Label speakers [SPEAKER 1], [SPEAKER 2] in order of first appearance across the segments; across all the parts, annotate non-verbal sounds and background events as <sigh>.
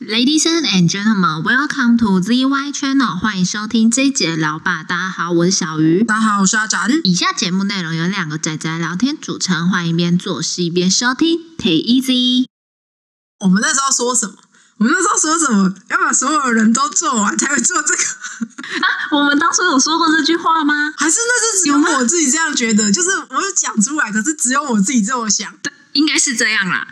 [SPEAKER 1] Ladies and gentlemen, welcome to ZY Channel，欢迎收听这一节聊吧。大家好，我是小鱼。
[SPEAKER 2] 大家好，我是阿展。
[SPEAKER 1] 以下节目内容由两个仔仔聊天组成，欢迎一边做事一边收听，Take easy。
[SPEAKER 2] 我们那时候说什么？我们那时候说什么？要把所有人都做完才会做这个？
[SPEAKER 1] 啊我们当初有说过这句话吗？
[SPEAKER 2] 还是那是只有我自己这样觉得？就是我有讲出来，可是只有我自己这么想。
[SPEAKER 1] 应该是这样啦。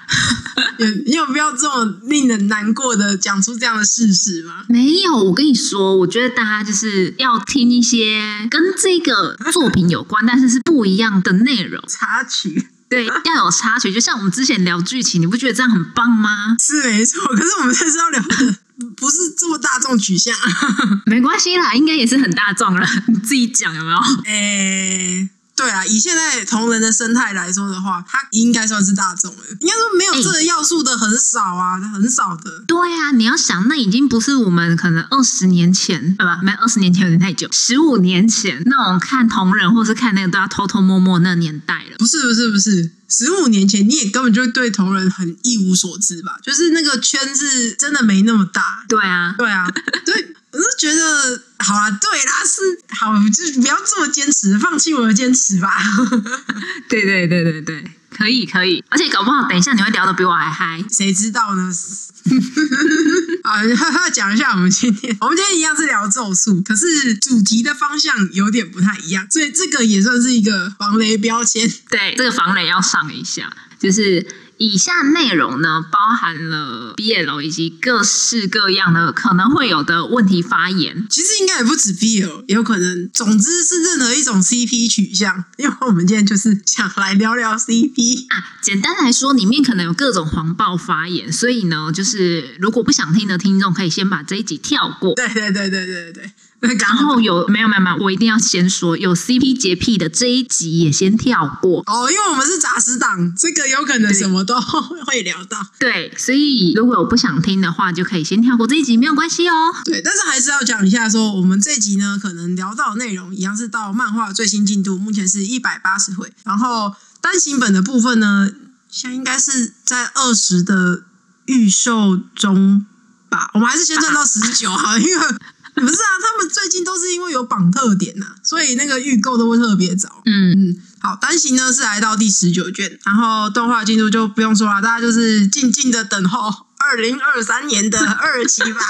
[SPEAKER 2] 有你有必要这么令人难过的讲出这样的事实吗？
[SPEAKER 1] 没有，我跟你说，我觉得大家就是要听一些跟这个作品有关，但是是不一样的内容。
[SPEAKER 2] 插曲
[SPEAKER 1] 对，要有插曲，就像我们之前聊剧情，你不觉得这样很棒吗？
[SPEAKER 2] 是没错，可是我们这是要聊的， <laughs> 不是这么大众取 <laughs> 向。
[SPEAKER 1] 没关系啦，应该也是很大众了， <laughs> 你自己讲有没有？
[SPEAKER 2] 诶、对啊，以现在同人的生态来说的话，它应该算是大众了。应该说没有这个要素的很少啊，很少的。
[SPEAKER 1] 对啊，你要想，那已经不是我们可能二十年前，对吧？没二十年前有点太久，十五年前那种看同人或是看那个都要偷偷摸摸那年代了。
[SPEAKER 2] 不是不是不是，十五年前你也根本就对同人很一无所知吧？就是那个圈子真的没那么大。
[SPEAKER 1] 对啊，
[SPEAKER 2] 对啊，对，我是觉得好啊，对啦，是好，就是不要这么坚持，放弃我的坚持吧。
[SPEAKER 1] 对对对对对，可以可以，而且搞不好等一下你会聊得比我还嗨。
[SPEAKER 2] 谁知道呢？ <laughs> 啊，讲一下我们今天，我们今天一样是聊咒术，可是主题的方向有点不太一样，所以这个也算是一个防雷标签。
[SPEAKER 1] 对，这个防雷要上一下，就是以下内容呢，包含了 BL 以及各式各样的可能会有的问题发言。
[SPEAKER 2] 其实应该也不止 BL，有可能，总之是任何一种 CP 取向，因为我们今天就是想来聊聊 CP。
[SPEAKER 1] 啊，简单来说，里面可能有各种黄暴发言，所以呢，就是如果不想听的听众，可以先把这一集跳过。
[SPEAKER 2] 对对对对对对对，
[SPEAKER 1] 然后有没有没有没有，我一定要先说，有 CP 洁癖的这一集也先跳过。
[SPEAKER 2] 哦，因为我们是杂食党，这个有可能什么都会聊到。
[SPEAKER 1] 对，所以如果有不想听的话，就可以先跳过这一集，没有关系哦。
[SPEAKER 2] 对，但是还是要讲一下说我们这集呢，可能聊到的内容一样是到漫画最新进度，目前是一百八十回，然后单行本的部分呢，现在应该是在二十的预售中吧，我们还是先算到十九好了，因为。不是啊，他们最近都是因为有榜特点呐、所以那个预购都会特别早。
[SPEAKER 1] 嗯，
[SPEAKER 2] 嗯，好，单行呢是来到第十九卷，然后动画进度就不用说了，大家就是静静的等候二零二三年的二期吧。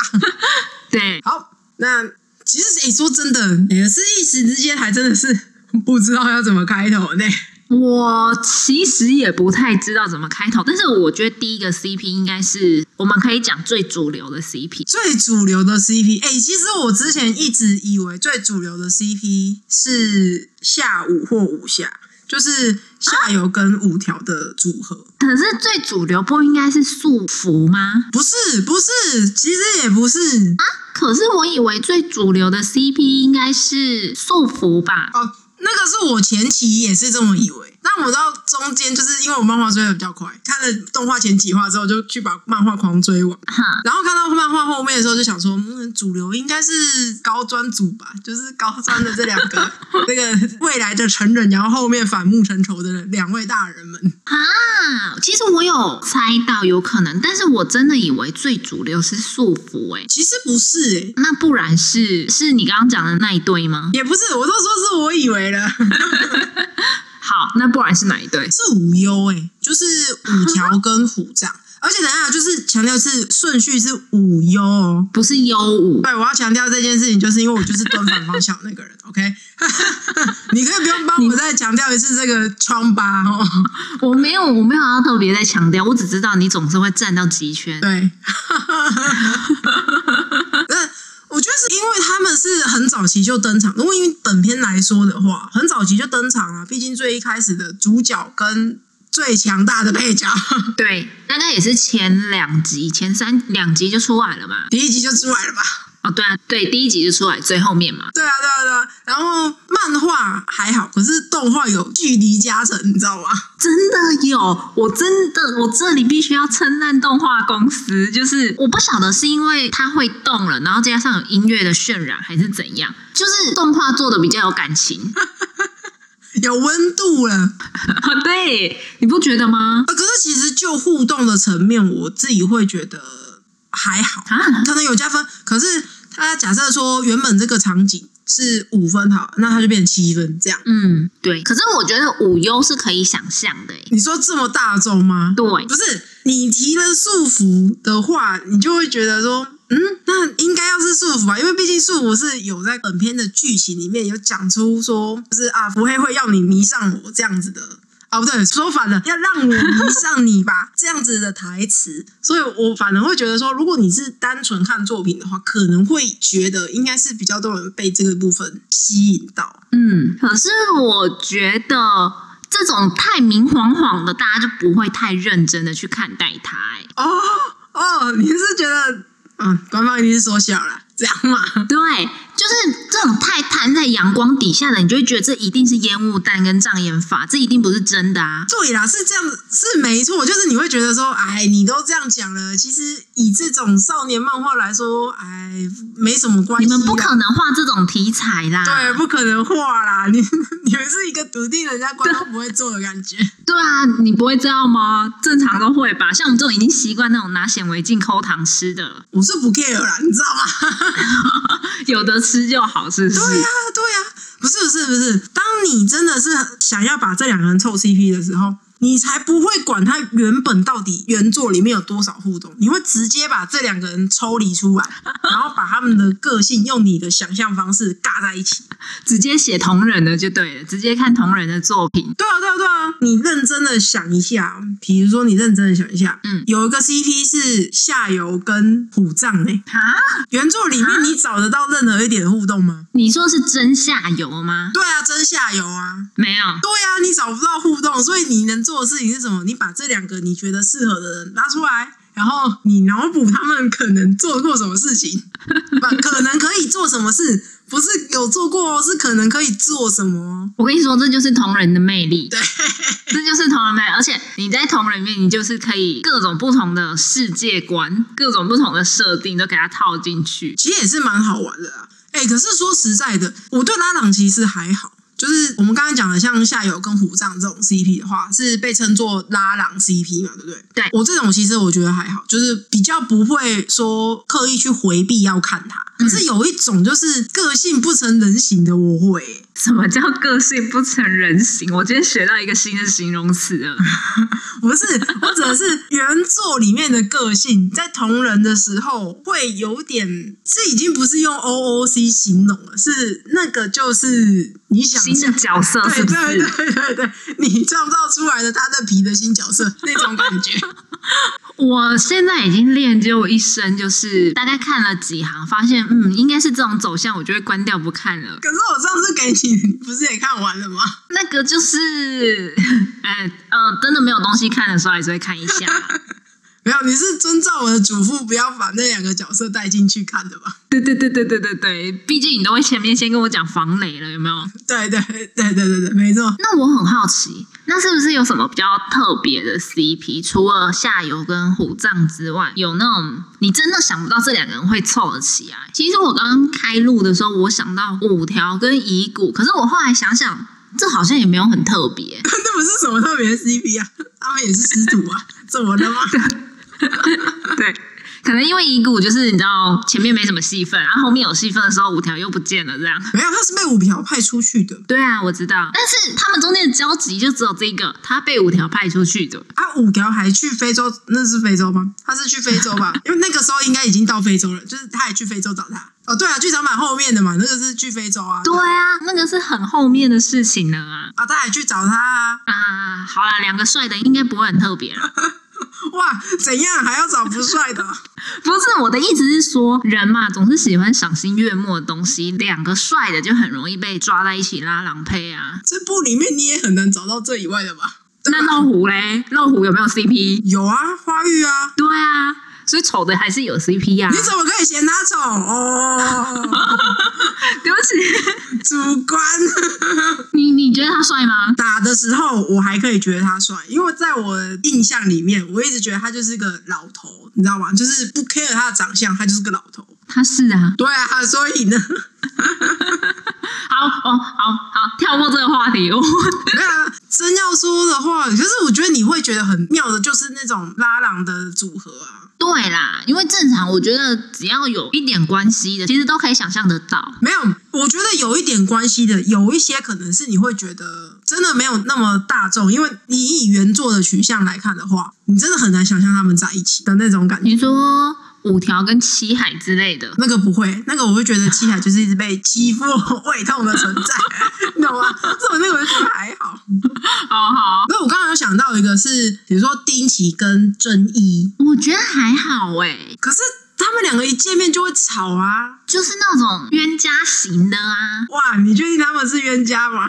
[SPEAKER 1] 对，
[SPEAKER 2] 好，那其实诶、说真的，也是一时之间还真的是不知道要怎么开头呢。
[SPEAKER 1] 我其实也不太知道怎么开头，但是我觉得第一个 CP 应该是我们可以讲最主流的 CP。
[SPEAKER 2] 最主流的 CP，诶、其实我之前一直以为最主流的 CP 是下午或午下，就是下游跟五条的组合。
[SPEAKER 1] 可是最主流不应该是束缚吗？
[SPEAKER 2] 不是，不是，其实也不是，
[SPEAKER 1] 可是我以为最主流的 CP 应该是束缚吧？
[SPEAKER 2] 哦，那个是我前期也是这么以为，但我到中间就是因为我漫画追的比较快，看了动画前几话之后，就去把漫画狂追完，
[SPEAKER 1] 哈，
[SPEAKER 2] 然后看到漫画后面的时候，就想说，嗯，主流应该是高专组吧，就是高专的这两个那个未来的成人，然后后面反目成仇的两位大人们。
[SPEAKER 1] 啊，其实我有猜到有可能，但是我真的以为最主流是束缚、欸，
[SPEAKER 2] 其实不是、欸，
[SPEAKER 1] 那不然是是你刚刚讲的那一对吗？
[SPEAKER 2] 也不是，我都说是我以为了，
[SPEAKER 1] 好，那不然是哪一对？
[SPEAKER 2] 是无忧，哎，就是五条跟虎杖。而且等一下，就是强调是顺序是五优哦，
[SPEAKER 1] 不是优舞，
[SPEAKER 2] 对，我要强调这件事情，就是因为我就是蹲反方向那个人，OK？你可以不用帮我再强调一次这个疮疤哦。
[SPEAKER 1] 我没有，我没有要特别在强调，我只知道你总是会站到极圈。
[SPEAKER 2] 对， <laughs> 那我觉得是因为他们是很早期就登场。如果因为本片来说的话，很早期就登场啊，毕竟最一开始的主角跟最强大的配角， <laughs>
[SPEAKER 1] 嗯对，大概也是前两集、前三两集就出来了嘛。
[SPEAKER 2] 第一集就出来了吧？
[SPEAKER 1] 哦，对啊，对，第一集就出来，最后面嘛。
[SPEAKER 2] 对啊，对啊，对啊。然后漫画还好，可是动画有距离加成，你知道吗？
[SPEAKER 1] 真的有，我真的，我这里必须要称赞动画公司，就是我不晓得是因为它会动了，然后加上有音乐的渲染，还是怎样，就是动画做的比较有感情。
[SPEAKER 2] 有温度了。
[SPEAKER 1] <laughs> 对，你不觉得吗？
[SPEAKER 2] 呃，可是其实就互动的层面，我自己会觉得还好，
[SPEAKER 1] 啊，
[SPEAKER 2] 可能有加分。可是他假设说原本这个场景是五分好，那他就变成七分这样。
[SPEAKER 1] 嗯，对。可是我觉得五优是可以想象的欸，
[SPEAKER 2] 你说这么大众吗？
[SPEAKER 1] 对，
[SPEAKER 2] 不是你提了束缚的话，你就会觉得说，嗯，那应该要是束缚吧，因为毕竟束缚是有在本片的剧情里面有讲出说，就是啊，伏黑会要你迷上我这样子的。啊，不对，说反了，要让我迷上你吧，这样子的台词，所以我反而会觉得说，如果你是单纯看作品的话，可能会觉得应该是比较多人被这个部分吸引到。
[SPEAKER 1] 嗯。可是我觉得这种太明晃晃的，大家就不会太认真的去看待它欸。
[SPEAKER 2] 哦哦，你是觉得，嗯，官方一定是缩小了，这样嘛？
[SPEAKER 1] 对，就是这种太摊在阳光底下的，你就会觉得这一定是烟雾弹跟障眼法，这一定不是真的啊。
[SPEAKER 2] 对啦，是这样，是没错，就是你会觉得说，哎，你都这样讲了，其实以这种少年漫画来说，哎，没什么关
[SPEAKER 1] 你
[SPEAKER 2] 系啦，
[SPEAKER 1] 们不可能画这种题材啦。
[SPEAKER 2] 对，不可能画啦，你你们是一个笃定人家官方不会做的感觉，
[SPEAKER 1] 对啊，你不会这样吗？正常都会吧。像我们这种已经习惯那种拿显微镜抠糖吃的了，
[SPEAKER 2] 我是不 care 啦，你知道吗？
[SPEAKER 1] 有的吃就好，是不是？
[SPEAKER 2] 对呀、啊对呀、不是不是不是，当你真的是想要把这两个人凑 CP 的时候。你才不会管他原本到底原作里面有多少互动，你会直接把这两个人抽离出 <laughs> 来，然后把他们的个性用你的想象方式尬在一起。
[SPEAKER 1] 直接写同人的就对了，直接看同人的作品。
[SPEAKER 2] 对啊，对啊，对啊！你认真的想一下，比如说你认真的想一下，
[SPEAKER 1] 嗯
[SPEAKER 2] 有一个 CP 是夏油跟虎杖呢、
[SPEAKER 1] 啊，
[SPEAKER 2] 原作里面你找得到任何一点互动吗？
[SPEAKER 1] 你说是真下游吗？
[SPEAKER 2] 对啊，真夏油啊，
[SPEAKER 1] 没有，
[SPEAKER 2] 对啊，你找不到互动，所以你能做的事情是什么？你把这两个你觉得适合的人拉出来，然后你脑补他们可能做过什么事情，不，可能可以做什么事，不是有做过哦，是可能可以做什么哦。
[SPEAKER 1] 我跟你说，这就是同人的魅力，
[SPEAKER 2] 对，
[SPEAKER 1] <laughs> 这就是同人魅力。而且你在同人里面，你就是可以各种不同的世界观、各种不同的设定都给它套进去。
[SPEAKER 2] 其实也是蛮好玩的啊。哎、可是说实在的，我对拉朗其实还好。就是我们刚才讲的，像夏友跟虎杖这种 CP 的话，是被称作拉朗 CP 嘛，对不对？
[SPEAKER 1] 对
[SPEAKER 2] 我这种其实我觉得还好，就是比较不会说刻意去回避要看它。可是有一种就是个性不成人形的，我会、
[SPEAKER 1] 什么叫个性不成人形？我今天学到一个新的形容词了。
[SPEAKER 2] 不是， <laughs> 我指的是原作里面的个性，在同人的时候会有点，这已经不是用 O O C 形容了，是那个就是你想
[SPEAKER 1] 新的角色是
[SPEAKER 2] 对
[SPEAKER 1] 不
[SPEAKER 2] 对
[SPEAKER 1] 是？
[SPEAKER 2] 对对对，你创造出来的他的皮的新角色那种感觉， <laughs>
[SPEAKER 1] 我现在已经练就一身，就是大概看了几行，发现嗯，应该是这种走向，我就会关掉不看了。
[SPEAKER 2] 可是我上次给你，你不是也看完了吗？
[SPEAKER 1] 那个就是， <laughs> 哎，呃，真的没有东西看的时候，还是会看一下。
[SPEAKER 2] 没有，你是遵照我的嘱咐，不要把那两个角色带进去看的吧？
[SPEAKER 1] 对对对对对对对，毕竟你都会前面先跟我讲防雷了，有没有？
[SPEAKER 2] 对对对对对对，没错。 <laughs>
[SPEAKER 1] 那我很好奇，那是不是有什么比较特别的 CP？除了下游跟虎杖之外，有那种你真的想不到这两个人会凑得起来？其实我刚刚开录的时候，我想到五条跟乙骨，可是我后来想想，这好像也没有很特别。
[SPEAKER 2] 那不是什么特别的 CP 啊，他们也是师徒啊，怎么了吗？
[SPEAKER 1] <laughs> 对，可能因为乙骨就是你知道前面没什么戏份，然后后面有戏份的时候，五条又不见了，这样。
[SPEAKER 2] 没有，他是被五条派出去的
[SPEAKER 1] 对啊，我知道，但是他们中间的交集就只有这个，他被五条派出去的。
[SPEAKER 2] 啊。五条还去非洲，那是非洲吗？他是去非洲吧？ <laughs> 因为那个时候应该已经到非洲了，就是他也去非洲找他。哦，对啊，剧场版后面的嘛，那个是去非洲啊。
[SPEAKER 1] 对啊，那个是很后面的事情了啊。
[SPEAKER 2] 啊，他还去找他啊！
[SPEAKER 1] 啊，好啦，两个帅的应该不会很特别啊 <laughs> 了。
[SPEAKER 2] 哇，怎样还要找不帅的？啊
[SPEAKER 1] 不是我的意思是说，人嘛总是喜欢赏心悦目的东西，两个帅的就很容易被抓在一起拉郎配啊。
[SPEAKER 2] 这部里面你也很难找到这以外的吧？对吧
[SPEAKER 1] 那肉虎嘞？肉虎有没有 CP？
[SPEAKER 2] 有啊，花玉啊，
[SPEAKER 1] 对啊，所以丑的还是有 CP 啊
[SPEAKER 2] 你。怎么可以嫌他丑？
[SPEAKER 1] <laughs>
[SPEAKER 2] 哦，
[SPEAKER 1] 对不起，
[SPEAKER 2] 主观。
[SPEAKER 1] <laughs> 你你觉得他帅吗？
[SPEAKER 2] 打的时候我还可以觉得他帅，因为在我的印象里面，我一直觉得他就是个老头，你知道吗？就是不 care 他的长相，他就是个老头。
[SPEAKER 1] 他是啊。
[SPEAKER 2] 对啊，所以呢， <laughs>
[SPEAKER 1] 好哦，好好跳过这个话题。我
[SPEAKER 2] 没有啊，真要说的话，可是我觉得你会觉得很妙的，就是那种拉郎的组合啊，
[SPEAKER 1] 对啦，因为正常我觉得只要有一点关系的，其实都可以想象得到。
[SPEAKER 2] 没有，我觉得有一点关系的，有一些可能是你会觉得真的没有那么大众，因为你以原作的取向来看的话，你真的很难想象他们在一起的那种
[SPEAKER 1] <laughs>
[SPEAKER 2] 感觉。
[SPEAKER 1] 你说五条跟七海之类的，
[SPEAKER 2] 那个不会，那个我会觉得七海就是一直被欺负、胃痛的存在， <laughs> 你懂吗？这种那个我就觉得还好。
[SPEAKER 1] 好哦好，
[SPEAKER 2] 那我刚刚有想到一个是，比如说丁奇跟真一，
[SPEAKER 1] 我觉得还好诶、
[SPEAKER 2] 可是他们两个一见面就会吵啊！
[SPEAKER 1] 就是那种冤家型的啊，
[SPEAKER 2] 哇，你确定他们是冤家吗？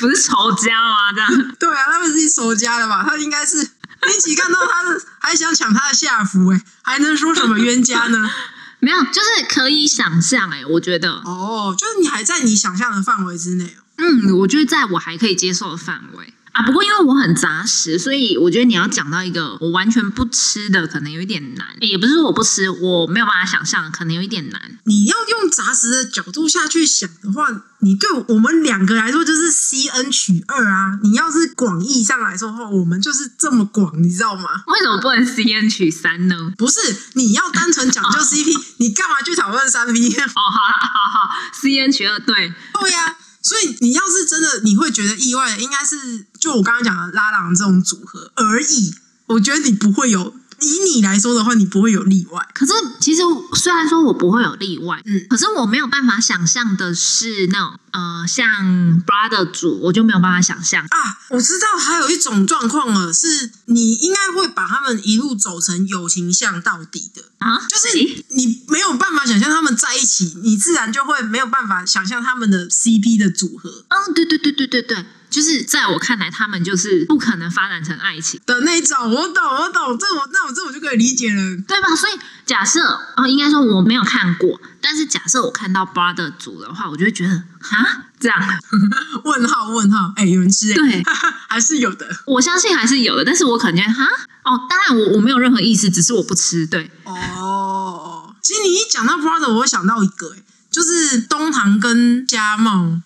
[SPEAKER 1] 不是仇家吗？这样
[SPEAKER 2] 对啊，他们是一仇家的吧？他应该是丁奇看到他的，还想抢他的下服、欸，哎，还能说什么冤家呢？
[SPEAKER 1] 没有，就是可以想象诶、我觉得，
[SPEAKER 2] 哦，就是你还在你想象的范围之内哦。
[SPEAKER 1] 嗯，我觉得在我还可以接受的范围。啊，不过因为我很杂食，所以我觉得你要讲到一个我完全不吃的，可能有一点难。诶也不是说我不吃，我没有办法想象，可能有一点难。
[SPEAKER 2] 你要用杂食的角度下去想的话，你对我们两个来说就是 C N 取二啊。你要是广义上来说的话，我们就是这么广，你知道吗？
[SPEAKER 1] 为什么不能 C N 取三呢？哦
[SPEAKER 2] 不是，你要单纯讲究 CP，你干嘛去讨论三 P？
[SPEAKER 1] 哦，好啦好好，C N 取二对，
[SPEAKER 2] 对呀、所以你要是真的，你会觉得意外的，应该是就我刚刚讲的拉郎这种组合而已。我觉得你不会有，以你来说的话，你不会有例外。
[SPEAKER 1] 可是其实虽然说我不会有例外，
[SPEAKER 2] 嗯
[SPEAKER 1] 可是我没有办法想象的是那种呃，像 brother 组，我就没有办法想象。
[SPEAKER 2] 啊，我知道还有一种状况了，是你应该会把他们一路走成友情向到底的，
[SPEAKER 1] 啊，
[SPEAKER 2] 就是你没有办法想象他们在一起，你自然就会没有办法想象他们的 CP 的组合
[SPEAKER 1] 嗯，对对对对对对，就是在我看来，他们就是不可能发展成爱情，
[SPEAKER 2] 的那种。我懂，我懂，这我那我这我就可以理解了。
[SPEAKER 1] 对吧？所以假设哦，应该说我没有看过，但是假设我看到 brother 组的话，我就会觉得哈，这样，
[SPEAKER 2] 问号问号，哎、有人吃、哎，
[SPEAKER 1] 对
[SPEAKER 2] <laughs> 还是有的。
[SPEAKER 1] 我相信还是有的，但是我可能觉得哈，哦，当然我我没有任何意思，只是我不吃，对， <laughs>
[SPEAKER 2] 哦，其实你一讲到 brother，我会想到一个、哎，就是东堂跟家茂。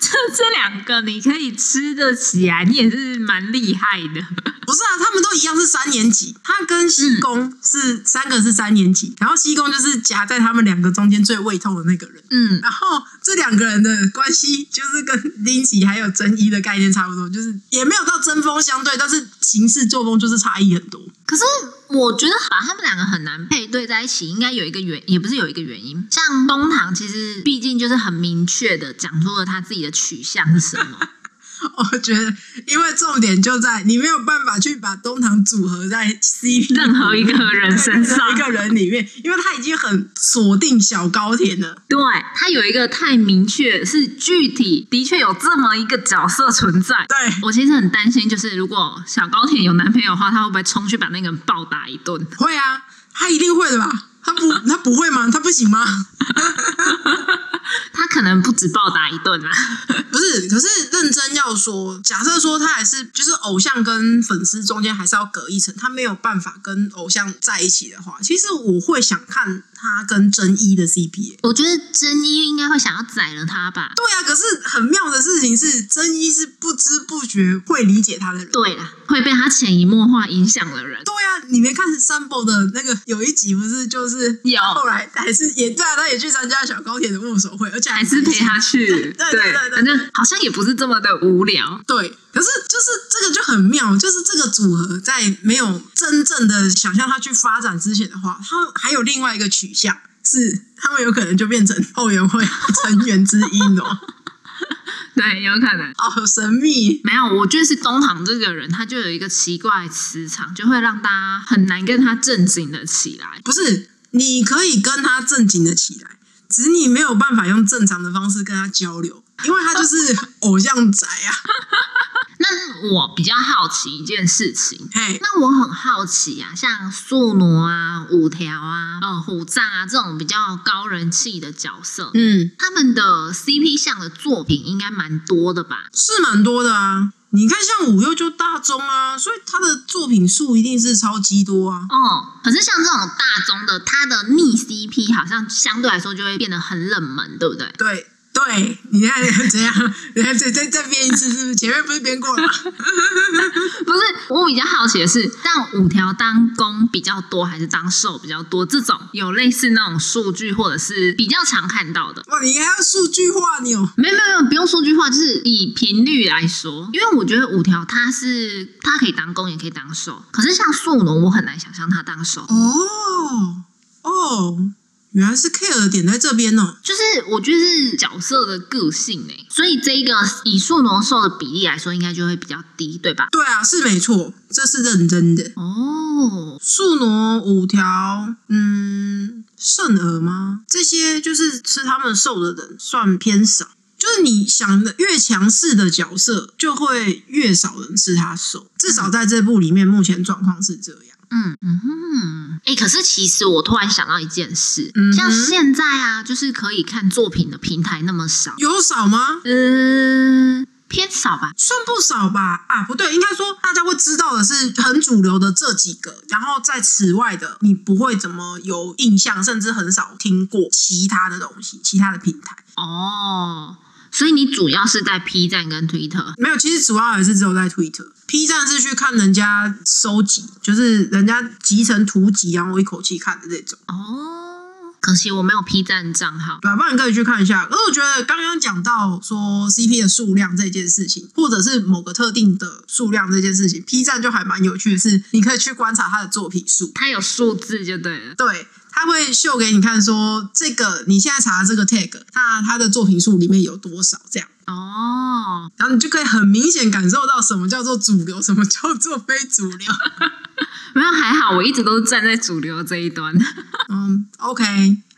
[SPEAKER 1] 这这两个你可以吃得起来，你也是蛮厉害的。
[SPEAKER 2] 不是啊，他们都一样是三年级，他跟西宫是、三个是三年级，然后西宫就是夹在他们两个中间最胃痛的那个人。
[SPEAKER 1] 嗯，
[SPEAKER 2] 然后这两个人的关系就是跟林奇还有真一的概念差不多，就是也没有到针锋相对，但是行事作风就是差异很多。 <laughs>
[SPEAKER 1] 可是我觉得把他们两个很难配对在一起，应该有一个原，也不是有一个原因。像东堂其实毕竟就是很明确的讲出了他自己的取向是什么。
[SPEAKER 2] 我觉得，因为重点就在你没有办法去把东堂组合在 CP
[SPEAKER 1] <laughs> 任何一个人
[SPEAKER 2] <laughs>
[SPEAKER 1] 身 <laughs> 上
[SPEAKER 2] 任何一个人里面，因为他已经很锁定小高田了。
[SPEAKER 1] 对他有一个太明确，是具体的确有这么一个角色存在。
[SPEAKER 2] 对，
[SPEAKER 1] 我其实很担心，就是如果小高铁有男朋友的话，他会不会冲去把那个人暴打一顿？
[SPEAKER 2] 会啊，他一定会的吧？他不，他不会吗？他不行吗？
[SPEAKER 1] 他可能不止暴打一顿啦。
[SPEAKER 2] <laughs> 不是，可是认真要说，假设说他还是就是偶像跟粉丝中间还是要隔一层，他没有办法跟偶像在一起的话，其实我会想看他跟真一的 CP、欸。
[SPEAKER 1] 我觉得真一应该会想要宰了他吧。
[SPEAKER 2] 对啊，可是很妙的事情是，真一是不知不觉会理解他的人。
[SPEAKER 1] 对啦，会被他潜移默化影响的人。
[SPEAKER 2] 对啊，你没看 Sambo 的那个有一集不是就是
[SPEAKER 1] 有
[SPEAKER 2] 后来还是也对啊，他也去参加小高铁的握手会，而且
[SPEAKER 1] 还是陪他 <laughs> 去，
[SPEAKER 2] 对对对对
[SPEAKER 1] 反正好像也不是这么的无聊。
[SPEAKER 2] 对，可是就是这个就很妙，就是这个组合在没有真正的想象它去发展之前的话，它还有另外一个取向是，他们有可能就变成后援会成员之一哦，
[SPEAKER 1] 对，有可能
[SPEAKER 2] 好神秘。
[SPEAKER 1] 没有。我觉得是东航这个人，他就有一个奇怪的磁场，就会让大家很难跟他正经的起来。
[SPEAKER 2] 不是，你可以跟他正经的起来，只是你没有办法用正常的方式跟他交流，因为他就是偶像宅啊。
[SPEAKER 1] 那我比较好奇一件事情。
[SPEAKER 2] 嘿，
[SPEAKER 1] 那我很好奇啊，像素挪啊、五条啊、呃虎杖啊这种比较高人气的角色，
[SPEAKER 2] 嗯，
[SPEAKER 1] 他们的 CP 项的作品应该蛮多的吧？
[SPEAKER 2] 是蛮多的啊。你看，像五六就大中啊，所以他的作品数一定是超级多啊。
[SPEAKER 1] 哦，可是像这种大宗的，它的逆 CP 好像相对来说就会变得很冷门，对不对？
[SPEAKER 2] 对，对，你看怎样？你看再再再编一次，是不是？前面不是编过了吗？
[SPEAKER 1] 不是，我比较好奇的是，让五条当攻比较多，还是当受比较多？这种有类似那种数据，或者是比较常看到的？
[SPEAKER 2] 哇，你还要数据化你哦。
[SPEAKER 1] 没有没有没有，不用数据化，就是以频率来说，因为我觉得五条它是它可以当攻，也可以当受，可是像素龙，我很难想象它当受。
[SPEAKER 2] 哦哦，原来是 care 的点在这边哦。
[SPEAKER 1] 就是我觉得是角色的个性哎、所以这一个以树挪兽的比例来说，应该就会比较低，对吧？
[SPEAKER 2] 对啊，是没错，这是认真的。
[SPEAKER 1] 哦，
[SPEAKER 2] 树挪五条，嗯，剩额吗？这些就是吃他们瘦的人算偏少。就是你想的越强势的角色，就会越少人吃他瘦。至少在这部里面，目前状况是这样。
[SPEAKER 1] 嗯嗯哼，哎、可是其实我突然想到一件事，
[SPEAKER 2] 嗯哼
[SPEAKER 1] 像现在啊，就是可以看作品的平台那么少，
[SPEAKER 2] 有少吗？
[SPEAKER 1] 呃，偏少吧。
[SPEAKER 2] 算不少吧，啊，不对，应该说大家会知道的是很主流的这几个，然后在此外的你不会怎么有印象，甚至很少听过其他的东西，其他的平台
[SPEAKER 1] 哦，所以你主要是在 P 站跟 Twitter。
[SPEAKER 2] 没有。其实主要还是只有在 Twitter、P 站是去看人家收集，就是人家集成图集，然后一口气看的这种，
[SPEAKER 1] 哦，可惜我没有 P 站账号。
[SPEAKER 2] 对吧、不然你可以去看一下。可是我觉得刚刚讲到说 CP 的数量这件事情，或者是某个特定的数量这件事情，P 站就还蛮有趣的是，你可以去观察它的作品数。
[SPEAKER 1] 它有数字就对了，
[SPEAKER 2] 对，他会秀给你看说这个你现在查的这个 tag，那他的作品数里面有多少这样。
[SPEAKER 1] 哦，
[SPEAKER 2] 然后你就可以很明显感受到什么叫做主流，什么叫做非主流。
[SPEAKER 1] 没有还好，我一直都是站在主流这一端。 <laughs>
[SPEAKER 2] 嗯，OK，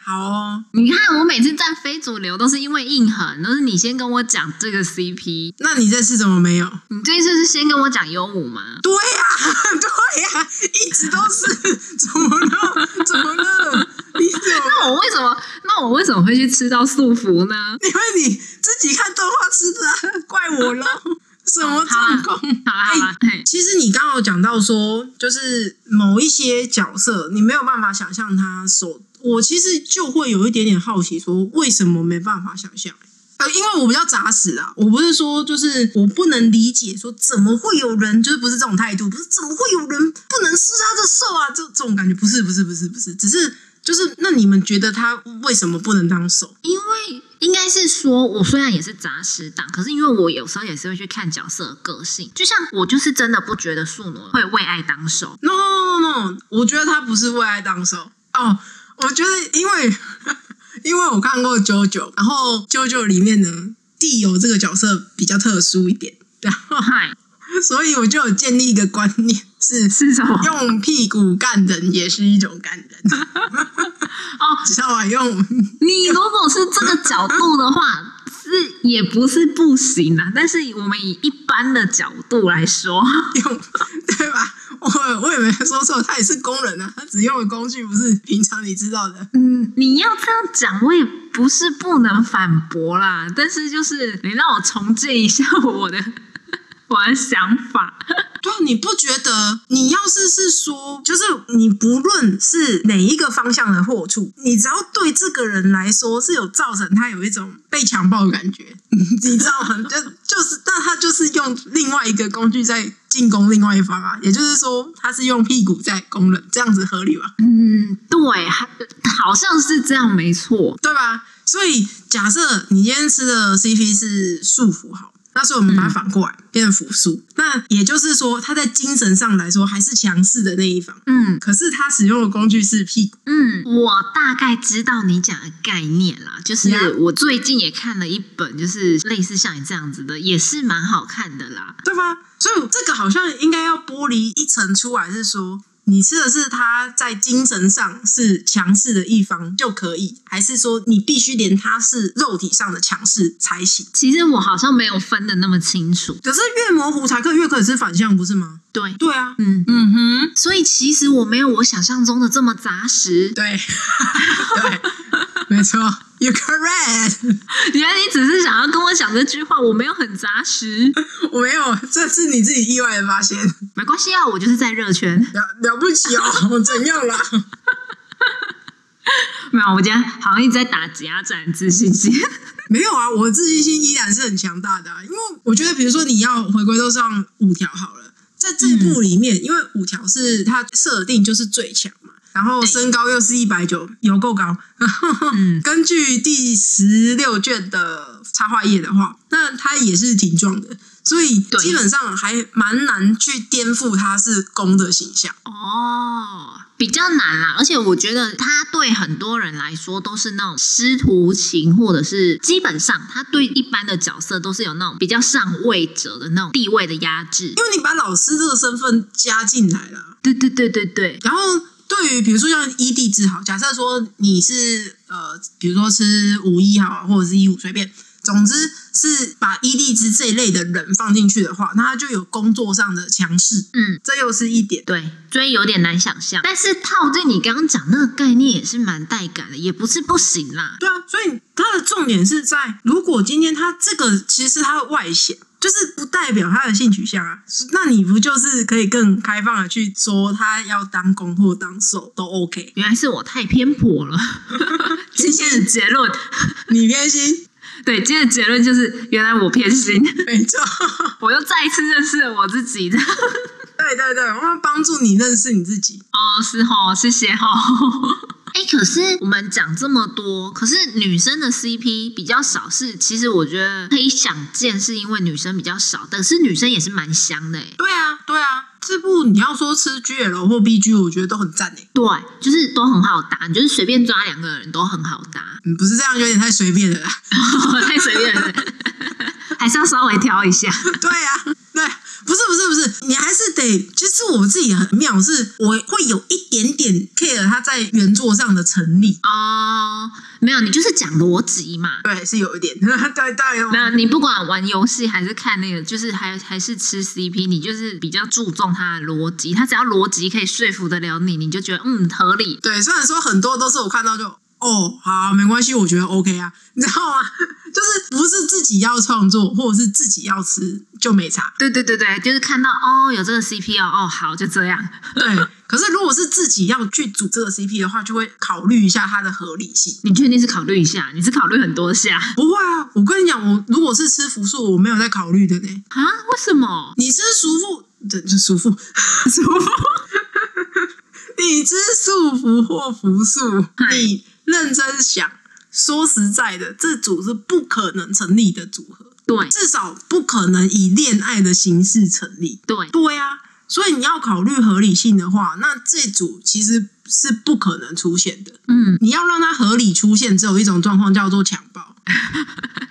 [SPEAKER 2] 好哦。
[SPEAKER 1] 你看，我每次站非主流都是因为硬核，都是你先跟我讲这个 CP，
[SPEAKER 2] 那你这次怎么没有？
[SPEAKER 1] 你这一次是先跟我讲优舞吗？
[SPEAKER 2] 对呀、 <laughs> 对呀、一直都是， <laughs> 怎么了？怎么了？你怎么？ <laughs>
[SPEAKER 1] 那我为什么？那我为什么会去吃到素芙呢？
[SPEAKER 2] 因为你自己看动画吃的、啊，怪我喽？什么状况？
[SPEAKER 1] 好啦好啦，嘿，
[SPEAKER 2] 其实你刚好讲到说，就是某一些角色，你没有办法想象他手，我其实就会有一点点好奇，说为什么没办法想象？呃，因为我比较杂食啊，我不是说就是我不能理解，说怎么会有人就是不是这种态度，不是怎么会有人不能吃他的瘦啊？这这种感觉不是不是不是不是，只是就是那你们觉得他为什么不能当手？
[SPEAKER 1] 因为应该是说，我虽然也是杂食党，可是因为我有时候也是会去看角色的个性，就像我就是真的不觉得素挪会为爱当手，
[SPEAKER 2] No no no no，我觉得他不是为爱当手哦。我觉得因为因为我看过《JoJo》，然后《JoJo》里面呢，地友这个角色比较特殊一点，然后
[SPEAKER 1] 嗨， <laughs>
[SPEAKER 2] 所以我就有建立一个观念是。
[SPEAKER 1] 是什么？
[SPEAKER 2] 用屁股干人也是一种干人，
[SPEAKER 1] 哦，
[SPEAKER 2] 知道吧？用
[SPEAKER 1] 你如果是这个角度的话，是也不是不行啊。但是我们以一般的角度来说，
[SPEAKER 2] 用，对吧？我我也没说错，他也是工人啊，他只用的工具不是平常你知道的。
[SPEAKER 1] 嗯，你要这样讲，我也不是不能反驳啦。但是就是你让我重建一下我的 <laughs> 我的想法，
[SPEAKER 2] 对啊，你不觉得？你要是是说，就是你不论是哪一个方向的祸处，你只要对这个人来说是有造成他有一种被强暴的感觉， <laughs> 你知道吗？就就是，但他就是用另外一个工具在进攻另外一方啊，也就是说，他是用屁股在攻人，这样子合理吧？
[SPEAKER 1] 嗯，对，还好像是这样，没错。
[SPEAKER 2] 对吧？所以假设你今天吃的 CP 是束缚好，那所以我们把它反过来、变成辅素，那也就是说，他在精神上来说还是强势的那一方。
[SPEAKER 1] 嗯
[SPEAKER 2] 可是他使用的工具是屁股。
[SPEAKER 1] 嗯，我大概知道你讲的概念啦，就是
[SPEAKER 2] Yeah
[SPEAKER 1] 我最近也看了一本，就是类似像你这样子的，也是蛮好看的啦。
[SPEAKER 2] 对吧？所以这个好像应该要剥离一层出来，是说你吃的是他在精神上是强势的一方就可以，还是说你必须连他是肉体上的强势才行？
[SPEAKER 1] 其实我好像没有分的那么清楚。
[SPEAKER 2] 可是越模糊才可以越可以是反向，不是吗？
[SPEAKER 1] 对，
[SPEAKER 2] 对啊，
[SPEAKER 1] 嗯，
[SPEAKER 2] 嗯哼，
[SPEAKER 1] 所以其实我没有我想象中的这么杂食。
[SPEAKER 2] 对对，没 <laughs> 错，You correct。
[SPEAKER 1] 原来你只是想要跟我讲这句话，我没有很杂食，
[SPEAKER 2] 我没有，这是你自己意外的发现，
[SPEAKER 1] 没关系啊，我就是在热圈。
[SPEAKER 2] <laughs> 了了不起哦，怎样啦？
[SPEAKER 1] 没有，我今天好像一直在打假展自信心。
[SPEAKER 2] 没有啊，我自信心依然是很强大的、啊，因为我觉得，比如说你要回归都上五条好了，在这一部里面，因为五条是它设定就是最强嘛，然后
[SPEAKER 1] 对
[SPEAKER 2] 身高又是一百九，有够高。
[SPEAKER 1] 嗯
[SPEAKER 2] <laughs> 根据第十六卷的插画页的话，那他也是挺壮的，所以
[SPEAKER 1] 对
[SPEAKER 2] 基本上还蛮难去颠覆他是攻的形象。
[SPEAKER 1] 哦，比较难啦，而且我觉得他对很多人来说都是那种师徒情，或者是基本上他对一般的角色都是有那种比较上位者的那种地位的压制
[SPEAKER 2] 因。为你把老师这个身份加进来了，
[SPEAKER 1] 对对对对对，
[SPEAKER 2] 然后对于比如说像一地制好，假设说你是呃，比如说吃五一好，或者是一五随便，总之是把一地制这一类的人放进去的话，那他就有工作上的强势，
[SPEAKER 1] 嗯。
[SPEAKER 2] 这又是一点。
[SPEAKER 1] 对，所以有点难想象，但是套进你刚刚讲那个概念也是蛮带感的，也不是不行啦。
[SPEAKER 2] 对啊，所以它的重点是在，如果今天他这个其实是他的外显，就是不代表他的性取向啊，那你不就是可以更开放的去说他要当公或当受都 OK？
[SPEAKER 1] 原来是我太偏颇了， <laughs> 今天的结论，
[SPEAKER 2] 你偏心，
[SPEAKER 1] 对，今天的结论就是原来我偏心，
[SPEAKER 2] 没错，
[SPEAKER 1] 我又再一次认识了我自己的。
[SPEAKER 2] 对对对，我们帮助你认识你自己。
[SPEAKER 1] 哦，是吼，谢谢吼。 <laughs> 哎、可是我们讲这么多，可是女生的 CP 比较少是，其实我觉得可以想见，是因为女生比较少，但是女生也是蛮香的哎、
[SPEAKER 2] 对啊，对啊，这部你要说吃 GL 或 BG，我觉得都很赞诶、欸
[SPEAKER 1] 对，就是都很好搭，你就是随便抓两个人都很好搭， <laughs>
[SPEAKER 2] 嗯，不是这样，有点太随便了啦。
[SPEAKER 1] 太随便了，还是要稍微挑一下。
[SPEAKER 2] <laughs> 对啊，对，不是不是不是，你还是得，其实我自己很妙，是我会有一点点 care 它在原作上的成立，
[SPEAKER 1] 哦，没有，你就是讲逻辑嘛。
[SPEAKER 2] 对，是有一点， <laughs> 对对，
[SPEAKER 1] 没有，你不管玩游戏还是看那个，就是还还是吃 CP，你就是比较注重它的逻辑，它只要逻辑可以说服得了你，你就觉得嗯合理。
[SPEAKER 2] 对，虽然说很多都是我看到就哦，好啊、没关系，我觉得 OK 啊，你知道吗？ <laughs> 就是不是自己要创作，或者是自己要吃就没差，
[SPEAKER 1] 对对对对，就是看到哦有这个 CP 哦哦好就这样。
[SPEAKER 2] 对。可是如果是自己要去组这个 CP 的话，就会考虑一下它的合理性。
[SPEAKER 1] 你确定是考虑一下？你是考虑很多下
[SPEAKER 2] 不会啊，我跟你讲，我如果是吃福素，我没有在考虑的呢。
[SPEAKER 1] 啊？为什么？
[SPEAKER 2] 你吃熟妇，对，就熟 <laughs> 妇，熟妇。你吃素服或服素，
[SPEAKER 1] 嗨
[SPEAKER 2] 你认真想，说实在的，这组是不可能成立的组合，
[SPEAKER 1] 对
[SPEAKER 2] 至少不可能以恋爱的形式成立。
[SPEAKER 1] 对
[SPEAKER 2] 对啊，所以你要考虑合理性的话，那这组其实是不可能出现的。
[SPEAKER 1] 嗯
[SPEAKER 2] 你要让它合理出现，只有一种状况叫做强暴。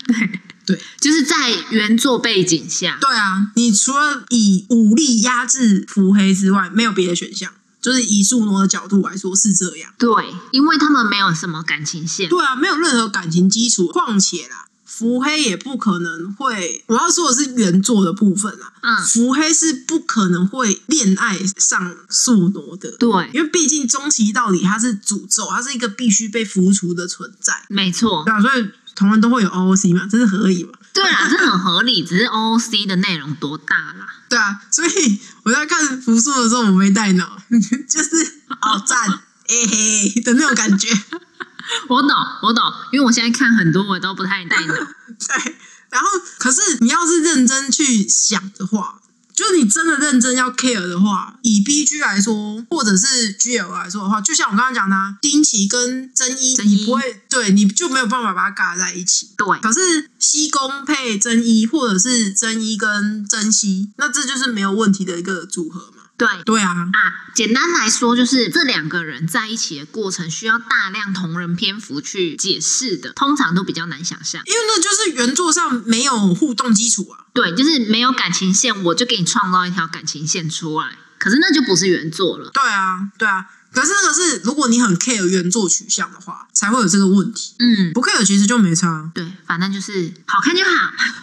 [SPEAKER 1] 对
[SPEAKER 2] 对，
[SPEAKER 1] <laughs> 就是在原作背景下，
[SPEAKER 2] 对啊，你除了以武力压制伏黑之外，没有别的选项。就是以树挪的角度来说是这样。
[SPEAKER 1] 对，因为他们没有什么感情线。
[SPEAKER 2] 对啊，没有任何感情基础。况且啦，伏黑也不可能会，我要说的是原作的部分啦。
[SPEAKER 1] 嗯
[SPEAKER 2] 伏黑是不可能会恋爱上树挪的，
[SPEAKER 1] 对，
[SPEAKER 2] 因为毕竟终极到底它是诅咒，它是一个必须被浮除的存在。
[SPEAKER 1] 没错
[SPEAKER 2] 对。啊，所以同人都会有 OOC 嘛，这是合理嘛？
[SPEAKER 1] 对啦，这很合理，只是 OOC 的内容多大啦？
[SPEAKER 2] 对啊，所以我在看福叔的时候，我没带脑， <laughs> 就是好赞，嘿嘿的那种感觉。 <laughs>
[SPEAKER 1] 我懂，我懂，因为我现在看很多我都不太带脑。
[SPEAKER 2] 对，然后可是你要是认真去想的话，就是你真的认真要 care 的话，以 B G 来说，或者是 G L 来说的话，就像我刚刚讲的、啊，丁奇跟真一，
[SPEAKER 1] 真一
[SPEAKER 2] 你不会对，你就没有办法把它嘎在一起。
[SPEAKER 1] 对，
[SPEAKER 2] 可是西宫配真一，或者是真一跟真希，那这就是没有问题的一个组合嘛？
[SPEAKER 1] 对
[SPEAKER 2] 对啊，
[SPEAKER 1] 啊，简单来说就是这两个人在一起的过程需要大量同人篇幅去解释的，通常都比较难想象。
[SPEAKER 2] 因为那就是原作上没有互动基础啊。
[SPEAKER 1] 对，就是没有感情线，我就给你创造一条感情线出来，可是那就不是原作了。
[SPEAKER 2] 对啊，对啊。可是那个是，如果你很 care 原作取向的话，才会有这个问题。
[SPEAKER 1] 嗯，
[SPEAKER 2] 不 care 其实就没差。
[SPEAKER 1] 对，反正就是好看就好。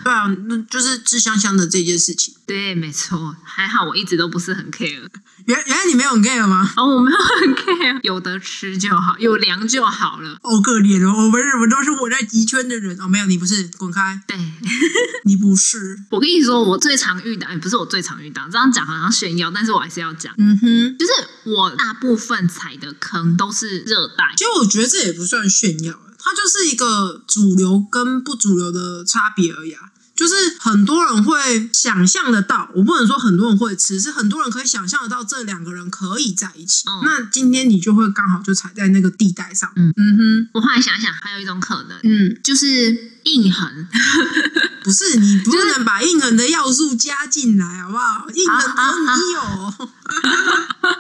[SPEAKER 2] 对啊，那就是志香香的这件事情。
[SPEAKER 1] 对，没错，还好我一直都不是很 care。
[SPEAKER 2] 原原来你没有很 care 吗？
[SPEAKER 1] 哦，我没有很 care，有得吃就好，有粮就好了。
[SPEAKER 2] 好可怜哦，我们我们都是活在极圈的人哦。没有，你不是，滚开，
[SPEAKER 1] 对，
[SPEAKER 2] 你不是。
[SPEAKER 1] 我跟你说，我最常遇到，也不是我最常遇到，这样讲好像炫耀，但是我还是要讲，
[SPEAKER 2] 嗯哼，
[SPEAKER 1] 就是我大部分踩的坑都是热带，
[SPEAKER 2] 其实我觉得这也不算炫耀，啊它就是一个主流跟不主流的差别而已啊。就是很多人会想象得到，我不能说很多人会吃，是很多人可以想象得到这两个人可以在一起。
[SPEAKER 1] 嗯
[SPEAKER 2] 那今天你就会刚好就踩在那个地带上。
[SPEAKER 1] 嗯
[SPEAKER 2] 哼，
[SPEAKER 1] 我后来想想，还有一种可能
[SPEAKER 2] 嗯，
[SPEAKER 1] 就是硬横，
[SPEAKER 2] 不是你不
[SPEAKER 1] 就是
[SPEAKER 2] 能把硬核的要素加进来，好不好？硬核
[SPEAKER 1] 啊
[SPEAKER 2] 只有你有。
[SPEAKER 1] 哈，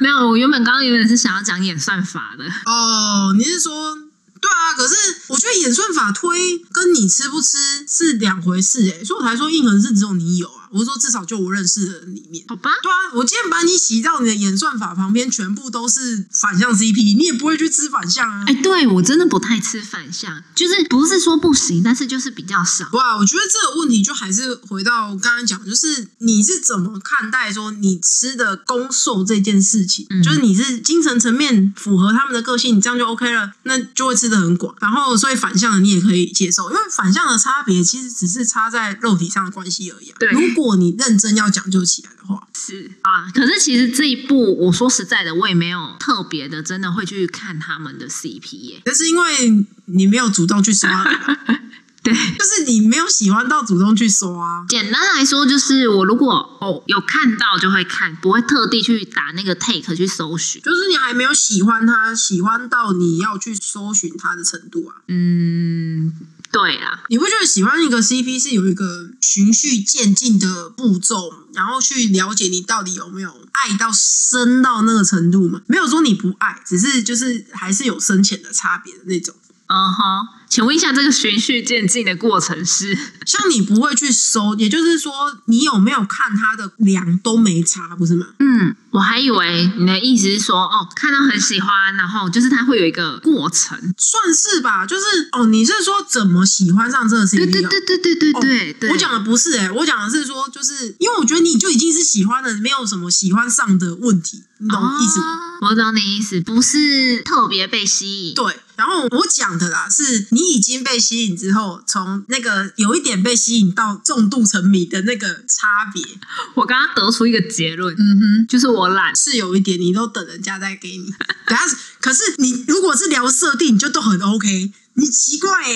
[SPEAKER 1] 没有，我原本刚刚原本是想要讲演算法的，
[SPEAKER 2] 哦，你是说对啊？可是我觉得演算法推跟你吃不吃是两回事诶、所以我才说硬核是只有你有啊。我是说至少就我认识的人里面。
[SPEAKER 1] 好吧？
[SPEAKER 2] 对啊，我今天把你洗到你的演算法旁边，全部都是反向 CP，你也不会去吃反向啊
[SPEAKER 1] 哎、。对我真的不太吃反向，就是不是说不行，但是就是比较少。
[SPEAKER 2] 不啊，我觉得这个问题就还是回到刚刚讲，就是你是怎么看待说你吃的攻受这件事情，
[SPEAKER 1] 嗯
[SPEAKER 2] 就是你是精神层面符合他们的个性，你这样就 OK 了，那就会吃的很广。然后，所以反向的你也可以接受，因为反向的差别其实只是差在肉体上的关系而已、啊。
[SPEAKER 1] 对
[SPEAKER 2] 如果你认真要讲究起来的话，
[SPEAKER 1] 是啊，可是其实这一部，我说实在的，我也没有特别的，真的会去看他们的 CP 耶、
[SPEAKER 2] 但是因为你没有主动
[SPEAKER 1] <laughs>
[SPEAKER 2] 去刷，
[SPEAKER 1] 对，
[SPEAKER 2] 就是你没有喜欢到主动去刷、啊。
[SPEAKER 1] 简单来说，就是我如果哦有看到就会看，不会特地去打那个 take 去搜寻。
[SPEAKER 2] 就是你还没有喜欢他，喜欢到你要去搜寻他的程度啊。
[SPEAKER 1] 嗯，对啦，
[SPEAKER 2] 你不觉得喜欢一个 CP 是有一个循序渐进的步骤，然后去了解你到底有没有爱到深到那个程度吗？没有说你不爱，只是就是还是有深浅的差别的那种。
[SPEAKER 1] 嗯哼，请问一下，这个循序渐进的过程是？
[SPEAKER 2] 像你不会去搜，也就是说你有没有看他的量都没差，不是吗？
[SPEAKER 1] 嗯，我还以为你的意思是说，哦，看到很喜欢，然后就是它会有一个过程。
[SPEAKER 2] 算是吧，就是哦，你是说怎么喜欢上这个 CP？、哦、
[SPEAKER 1] 对对对对对对对对，
[SPEAKER 2] 我讲的不是哎、我讲的是说，就是因为我觉得你就已经是喜欢了，没有什么喜欢上的问题，你懂意思吗？
[SPEAKER 1] 哦我懂你意思，不是特别被吸引。
[SPEAKER 2] 对，然后我讲的啦，是你已经被吸引之后，从那个有一点被吸引到重度沉迷的那个差别，
[SPEAKER 1] 我刚刚得出一个结论，
[SPEAKER 2] 嗯哼，
[SPEAKER 1] 就是我懒。
[SPEAKER 2] 是有一点，你都等人家再给你。 <laughs> 等下，可是你如果是聊设定，你就都很 OK，你奇怪哎、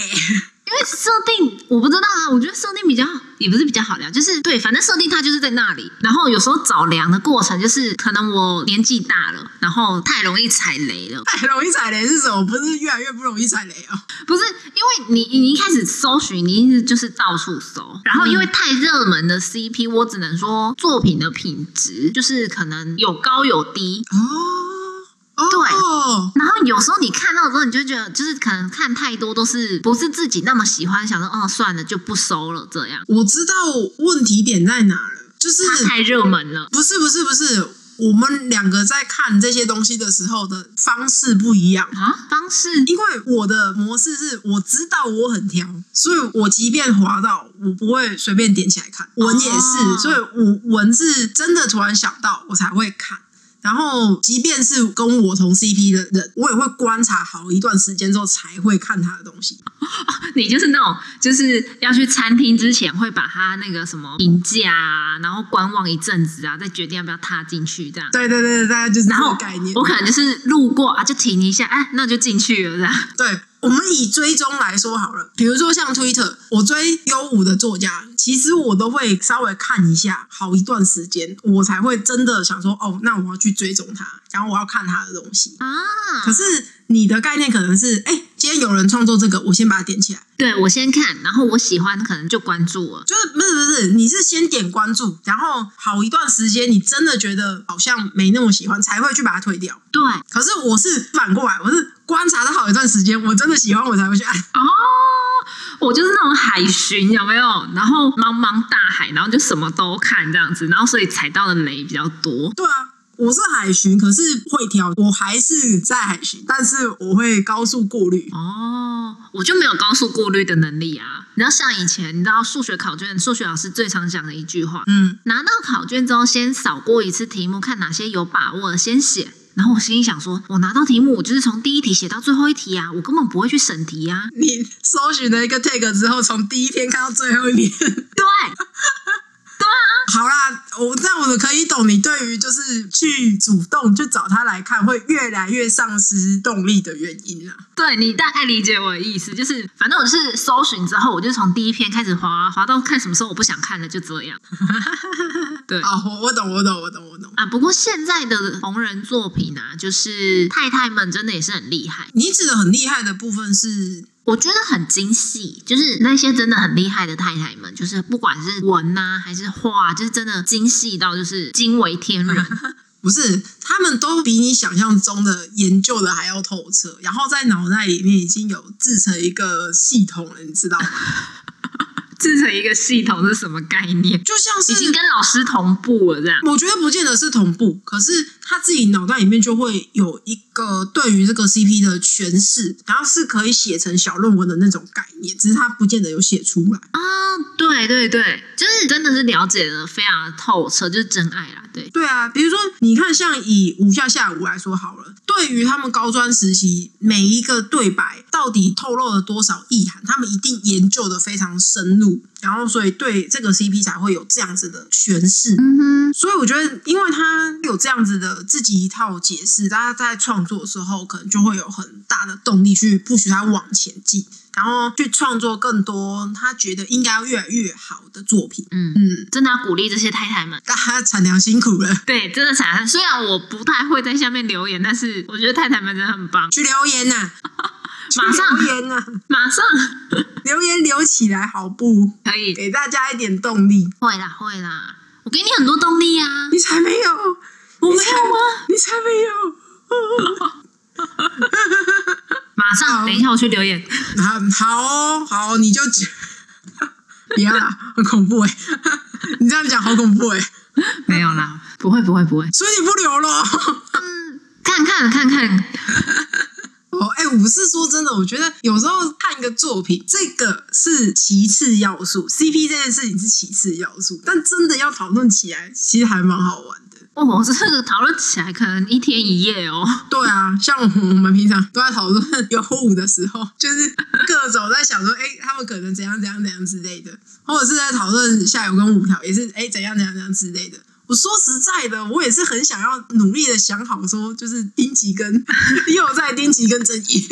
[SPEAKER 1] 因为设定我不知道啊，我觉得设定比较也不是比较好聊，就是对，反正设定它就是在那里。然后有时候找粮的过程，就是可能我年纪大了，然后太容易踩雷了。
[SPEAKER 2] 太 <laughs> 容易踩雷是什么？不是越来越不容易踩雷哦。
[SPEAKER 1] 不是因为你你一开始搜寻，你一直就是到处搜，然后因为太热门的 CP，我只能说作品的品质就是可能有高有低，
[SPEAKER 2] 哦，哦，
[SPEAKER 1] 然后有时候你看到之后，你就觉得就是可能看太多都是不是自己那么喜欢，想说哦算了就不收了这样，
[SPEAKER 2] 我知道问题点在哪了，就是
[SPEAKER 1] 它太热门了。
[SPEAKER 2] 不是不是不是，我们两个在看这些东西的时候的方式不一样。
[SPEAKER 1] 啊，方式
[SPEAKER 2] 因为我的模式是我知道我很挑，所以我即便滑到，我不会随便点起来看。文也是，
[SPEAKER 1] 哦
[SPEAKER 2] 所以我文是真的突然想到我才会看。然后，即便是跟我同 CP 的人，我也会观察好一段时间之后才会看他的东西。
[SPEAKER 1] <laughs> 你就是那种，就是要去餐厅之前会把它那个什么评价啊，然后观望一阵子啊，再决定要不要踏进去这样。
[SPEAKER 2] 对对对，对大概就是这
[SPEAKER 1] 然后
[SPEAKER 2] 个概念。
[SPEAKER 1] 我可能就是路过啊，就停一下，哎，那就进去了这样。
[SPEAKER 2] 对，我们以追踪来说好了，比如说像 Twitter，我追优舞的作家，其实我都会稍微看一下，好一段时间，我才会真的想说，哦，那我要去追踪他，然后我要看他的东西。
[SPEAKER 1] 啊
[SPEAKER 2] 可，是你的概念可能是，哎，今天有人创作这个，我先把它点起来，
[SPEAKER 1] 对我先看，然后我喜欢可能就关注了。
[SPEAKER 2] 就是不是不是，你是先点关注，然后好一段时间，你真的觉得好像没那么喜欢，才会去把它推掉。
[SPEAKER 1] 对，
[SPEAKER 2] 可是我是反过来，我是观察到好一段时间，我真的喜欢，我才会去按。
[SPEAKER 1] 哦，我就是那种海巡有没有？然后茫茫大海，然后就什么都看这样子，然后所以踩到的雷比较多。
[SPEAKER 2] 对啊，我是海巡，可是会挑，我还是在海巡，但是我会高速过滤。
[SPEAKER 1] 哦我就没有高速过滤的能力啊。你知道，像以前，你知道数学考卷，数学老师最常讲的一句话，
[SPEAKER 2] 嗯，
[SPEAKER 1] 拿到考卷之后，先扫过一次题目，看哪些有把握的先写。然后我心里想说，我拿到题目，我就是从第一题写到最后一题啊，我根本不会去审题啊。
[SPEAKER 2] 你搜寻了一个 tag 之后，从第一篇看到最后一篇。
[SPEAKER 1] 对，
[SPEAKER 2] 好啦，我但我可以懂你对于就是去主动去找他来看，会越来越丧失动力的原因啦。
[SPEAKER 1] 对你大概理解我的意思，就是反正我是搜寻之后，我就从第一篇开始滑滑到看什么时候我不想看了，就这样。对
[SPEAKER 2] 啊，我我懂，我懂，我懂，我懂。
[SPEAKER 1] 啊，不过现在的同人作品啊，就是太太们真的也是很厉害，
[SPEAKER 2] 你指的很厉害的部分是，
[SPEAKER 1] 我觉得很精细，就是那些真的很厉害的太太们，就是不管是文呐、还是画，就是真的精细到就是惊为天人。
[SPEAKER 2] 不是他们都比你想象中的研究的还要透彻，然后在脑袋里面已经有制成一个系统了，你知道吗？
[SPEAKER 1] <laughs> 制成一个系统是什么概念？
[SPEAKER 2] 就像
[SPEAKER 1] 已经
[SPEAKER 2] 是。
[SPEAKER 1] 跟老师同步了，这样。
[SPEAKER 2] 我觉得不见得是同步，可是他自己脑袋里面就会有一个对于这个 CP 的诠释，然后是可以写成小论文的那种概念，只是他不见得有写出来。
[SPEAKER 1] 啊、对对对，就是真的是了解的非常的透彻，就是真爱啦，对。
[SPEAKER 2] 对啊，比如说，你看，像以吴下下午来说好了，对于他们高专时期每一个对白到底透露了多少意涵，他们一定研究的非常深入，然后所以对这个 CP 才会有这样子的诠释。
[SPEAKER 1] 嗯
[SPEAKER 2] 所以我觉得，因为他有这样子的自己一套解释，大家在创作的时候可能就会有很大的动力去不许他往前进，然后去创作更多他觉得应该要越来越好的作品。
[SPEAKER 1] 嗯，
[SPEAKER 2] 嗯，
[SPEAKER 1] 真的要鼓励这些太太们。
[SPEAKER 2] 大家产娘辛苦了。
[SPEAKER 1] 对，真的惨。虽然我不太会在下面留言，但是我觉得太太们真的很棒。
[SPEAKER 2] 去留言呐、去
[SPEAKER 1] 马上
[SPEAKER 2] 留言呐、
[SPEAKER 1] 马上
[SPEAKER 2] 留言留起来好不？
[SPEAKER 1] 可以，
[SPEAKER 2] 给大家一点动力。
[SPEAKER 1] 会啦会啦，我给你很多动力啊！
[SPEAKER 2] 你才没有，
[SPEAKER 1] 我
[SPEAKER 2] 你
[SPEAKER 1] 没
[SPEAKER 2] 才
[SPEAKER 1] 有吗？
[SPEAKER 2] 你才没有。
[SPEAKER 1] 马上，
[SPEAKER 2] 好
[SPEAKER 1] 等一下我去留
[SPEAKER 2] <laughs>
[SPEAKER 1] 言。
[SPEAKER 2] 啊，好哦，好哦，你就 <laughs> 不要啦，很恐怖哎、 <laughs> 你这样讲好恐怖哎、
[SPEAKER 1] 没有啦，不会不会不会。
[SPEAKER 2] 所以你不留了。
[SPEAKER 1] 看看看看，
[SPEAKER 2] <laughs> 哦，哎、我是说真的，我觉得有时候看一个作品，这个是其次要素，CP 这件事情是其次要素，但真的要讨论起来，其实还蛮好玩的。
[SPEAKER 1] 哦，这个讨论起来可能一天一夜哦。 <laughs>
[SPEAKER 2] 对啊，像我们我们平常都在讨论有舞的时候， <laughs> 就是各种在想说，哎、他们可能怎样怎样怎样之类的，或者是在讨论下游跟五条也是，哎、怎样怎样怎样之类的。我说实在的，我也是很想要努力的想好说，就是丁吉跟 <laughs> 又在丁吉跟正义，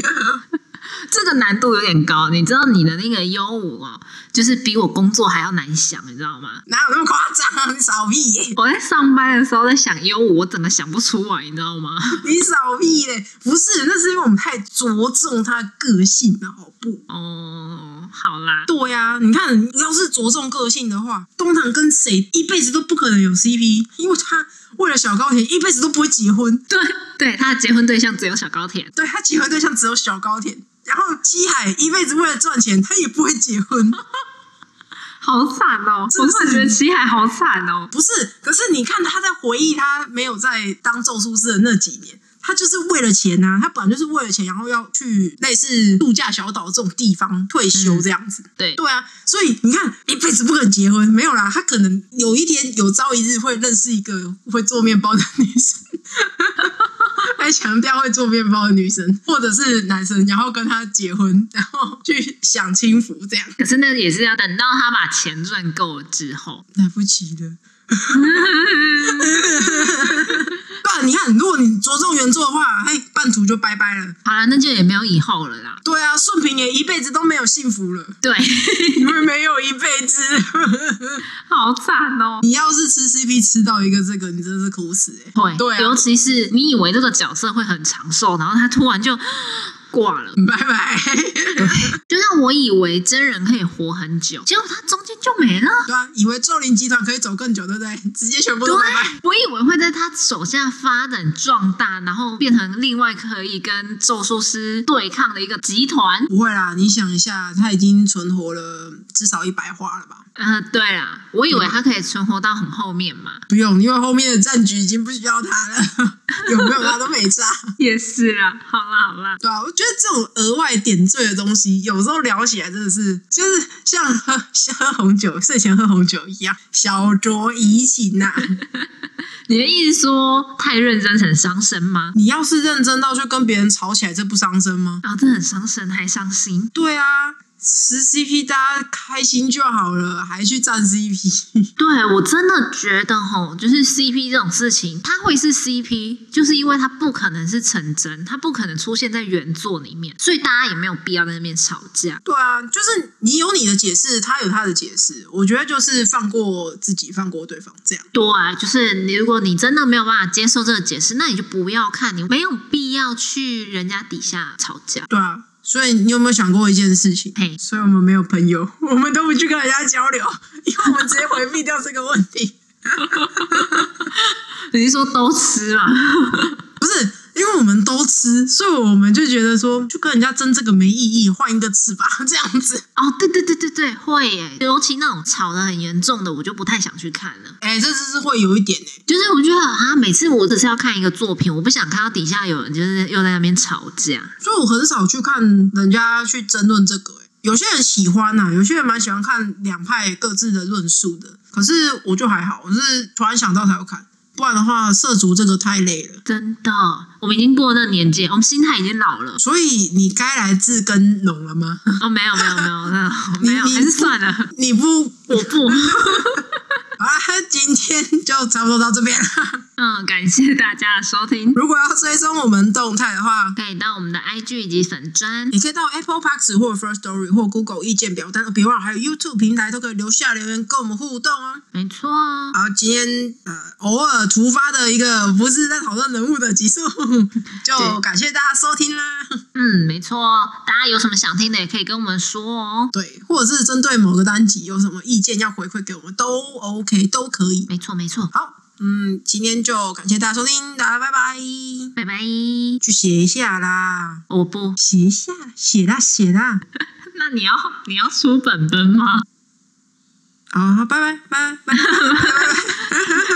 [SPEAKER 1] 这个难度有点高，你知道你的那个优舞哦，就是比我工作还要难想，你知道吗？
[SPEAKER 2] <laughs> 哪有那么夸张啊？你少屁
[SPEAKER 1] <laughs>
[SPEAKER 2] 耶、
[SPEAKER 1] 我在上班的时候在想优舞，我整个想不出来，你知道吗？ <laughs>
[SPEAKER 2] 你少屁嘞、不是，那是因为我们太着重他的个性了，好不？
[SPEAKER 1] 哦，好啦， <laughs>
[SPEAKER 2] 对呀、你看，要是着重个性的话，东堂跟谁一辈子都不可能有 CP，因为他为了小高田一辈子都不会结婚。
[SPEAKER 1] 对对，他的结婚对象只有小高田，
[SPEAKER 2] 对他结婚对象只有小高田，然后七海一辈子为了赚钱，他也不会结婚。
[SPEAKER 1] 好惨哦！
[SPEAKER 2] 真
[SPEAKER 1] 我
[SPEAKER 2] 是
[SPEAKER 1] 突然觉得七海好惨哦。
[SPEAKER 2] 不是，可是你看他在回忆他没有在当咒术师的那几年，他就是为了钱呐、他本来就是为了钱，然后要去类似度假小岛这种地方退休这样子。
[SPEAKER 1] 对，
[SPEAKER 2] 对啊，所以你看，一辈子不可能结婚，没有啦，他可能有一天有朝一日会认识一个会做面包的女生， <laughs> 还强调会做面包的女生，或者是男生，然后跟他结婚，然后去享清福这样。
[SPEAKER 1] 可是那也是要等到他把钱赚够了之后。
[SPEAKER 2] 来不及 <laughs> 的。对啊，你看，如果你着重原作的话，嘿，半途就拜拜了。
[SPEAKER 1] 好啦，那就也没有以后了啦。
[SPEAKER 2] 对啊，顺平也一辈子都没有幸福了，
[SPEAKER 1] 对， <laughs>
[SPEAKER 2] 因为没有一辈子。
[SPEAKER 1] 好惨哦。
[SPEAKER 2] 你要是吃 CP 吃到一个这个，你真的是苦死哎、
[SPEAKER 1] 会，
[SPEAKER 2] 对啊
[SPEAKER 1] 尤其是你以为这个角色会很长寿，然后他突然就 <gasps> 挂了。
[SPEAKER 2] <laughs> 拜拜。 <laughs>
[SPEAKER 1] 就像我以为真人可以活很久，结果他中间就没了。
[SPEAKER 2] 对啊，以为咒灵集团可以走更久，对不对？直接全部
[SPEAKER 1] 对
[SPEAKER 2] 都拜拜。，
[SPEAKER 1] 我以为会在他手下发展壮大，然后变成另外可以跟咒术师对抗的一个集团。
[SPEAKER 2] 不会啦，你想一下，他已经存活了至少一百话了吧？
[SPEAKER 1] 呃，对啦，我以为它可以存活到很后面嘛，
[SPEAKER 2] 不用，因为后面的战局已经不需要他了， <laughs> 有没有他都没差。 <laughs>
[SPEAKER 1] 也是啦，好啦好啦，
[SPEAKER 2] 对啊，我觉得这种额外点缀的东西，有时候聊起来真的是，就是像喝像喝红酒，睡前喝红酒一样，小酌怡情啊呐、
[SPEAKER 1] 你的意思说太认真很伤身吗？
[SPEAKER 2] 你要是认真到去跟别人吵起来，这不伤身吗？
[SPEAKER 1] 啊、这很伤身还伤心，
[SPEAKER 2] 对啊，吃 CP 大家开心就好了，还去站 CP，
[SPEAKER 1] 对我真的觉得吼，就是 CP 这种事情，它会是 CP，就是因为它不可能是成真，它不可能出现在原作里面，所以大家也没有必要在那边吵架。
[SPEAKER 2] <laughs> 对啊，就是你有你的解释，他有他的解释，我觉得就是放过自己，放过对方这样。
[SPEAKER 1] 对、啊就是你，如果你真的没有办法接受这个解释，那你就不要看，你没有必要去人家底下吵架。
[SPEAKER 2] 对啊，所以你有没有想过一件事情？
[SPEAKER 1] 嘿，
[SPEAKER 2] 所以我们没有朋友，我们都不去跟人家交流， <laughs> 因为我们直接回避掉这个问题。 <laughs>
[SPEAKER 1] 你是说都吃嘛？
[SPEAKER 2] 不是，因为我们都吃，所以我们就觉得说，就跟人家争这个没意义，换一个吃吧，这样子。
[SPEAKER 1] 哦，对对对对对，会耶，尤其那种吵得很严重的，我就不太想去看了。
[SPEAKER 2] 哎、这次是会有一点哎、
[SPEAKER 1] 就是我觉得啊，每次我只是要看一个作品，我不想看到底下有人就是又在那边吵架。
[SPEAKER 2] 所以我很少去看人家去争论这个、欸。有些人喜欢呐、有些人蛮喜欢看两派各自的论述的。可是我就还好，我是突然想到才有看，不然的话，涉足这个太累了。
[SPEAKER 1] 真的，我们已经过了那个年纪，我们心态已经老
[SPEAKER 2] <laughs>
[SPEAKER 1] 了。
[SPEAKER 2] 所以你该来自耕农了吗？ <laughs>
[SPEAKER 1] 哦，没有没有没有，那
[SPEAKER 2] 你
[SPEAKER 1] 没有，
[SPEAKER 2] 你
[SPEAKER 1] 还是算了，
[SPEAKER 2] 你不，
[SPEAKER 1] 我不。
[SPEAKER 2] 好啦，今天就差不多到这边了。
[SPEAKER 1] <laughs>
[SPEAKER 2] <laughs>
[SPEAKER 1] 嗯，感谢大家的收听，
[SPEAKER 2] 如果要追踪我们动态的话，
[SPEAKER 1] 可以到我们的 IG 以及粉砖。
[SPEAKER 2] 你可以到 Apple p o d c a s 或 First Story 或 Google 意见表单，呃别忘了还有 YouTube 平台都可以留下留言跟我们互动哦。
[SPEAKER 1] 没错哦，
[SPEAKER 2] 好，今天呃偶尔突发的一个不是在讨论人物的集数， <laughs> 就
[SPEAKER 1] 对
[SPEAKER 2] 感谢大家收听啦。
[SPEAKER 1] 嗯，没错哦，大家有什么想听的也可以跟我们说哦。
[SPEAKER 2] 对，或者是针对某个单集有什么意见要回馈给我们，都 OK，都可以。
[SPEAKER 1] 没错没错，
[SPEAKER 2] 好，嗯，今天就感谢大家收听，大家拜拜。
[SPEAKER 1] 拜拜。
[SPEAKER 2] 去写一下啦，
[SPEAKER 1] 我不， <laughs>
[SPEAKER 2] 写一下，写啦，写啦。
[SPEAKER 1] 那你要你要出本本吗？
[SPEAKER 2] 好，好拜拜，拜拜，拜拜，拜拜。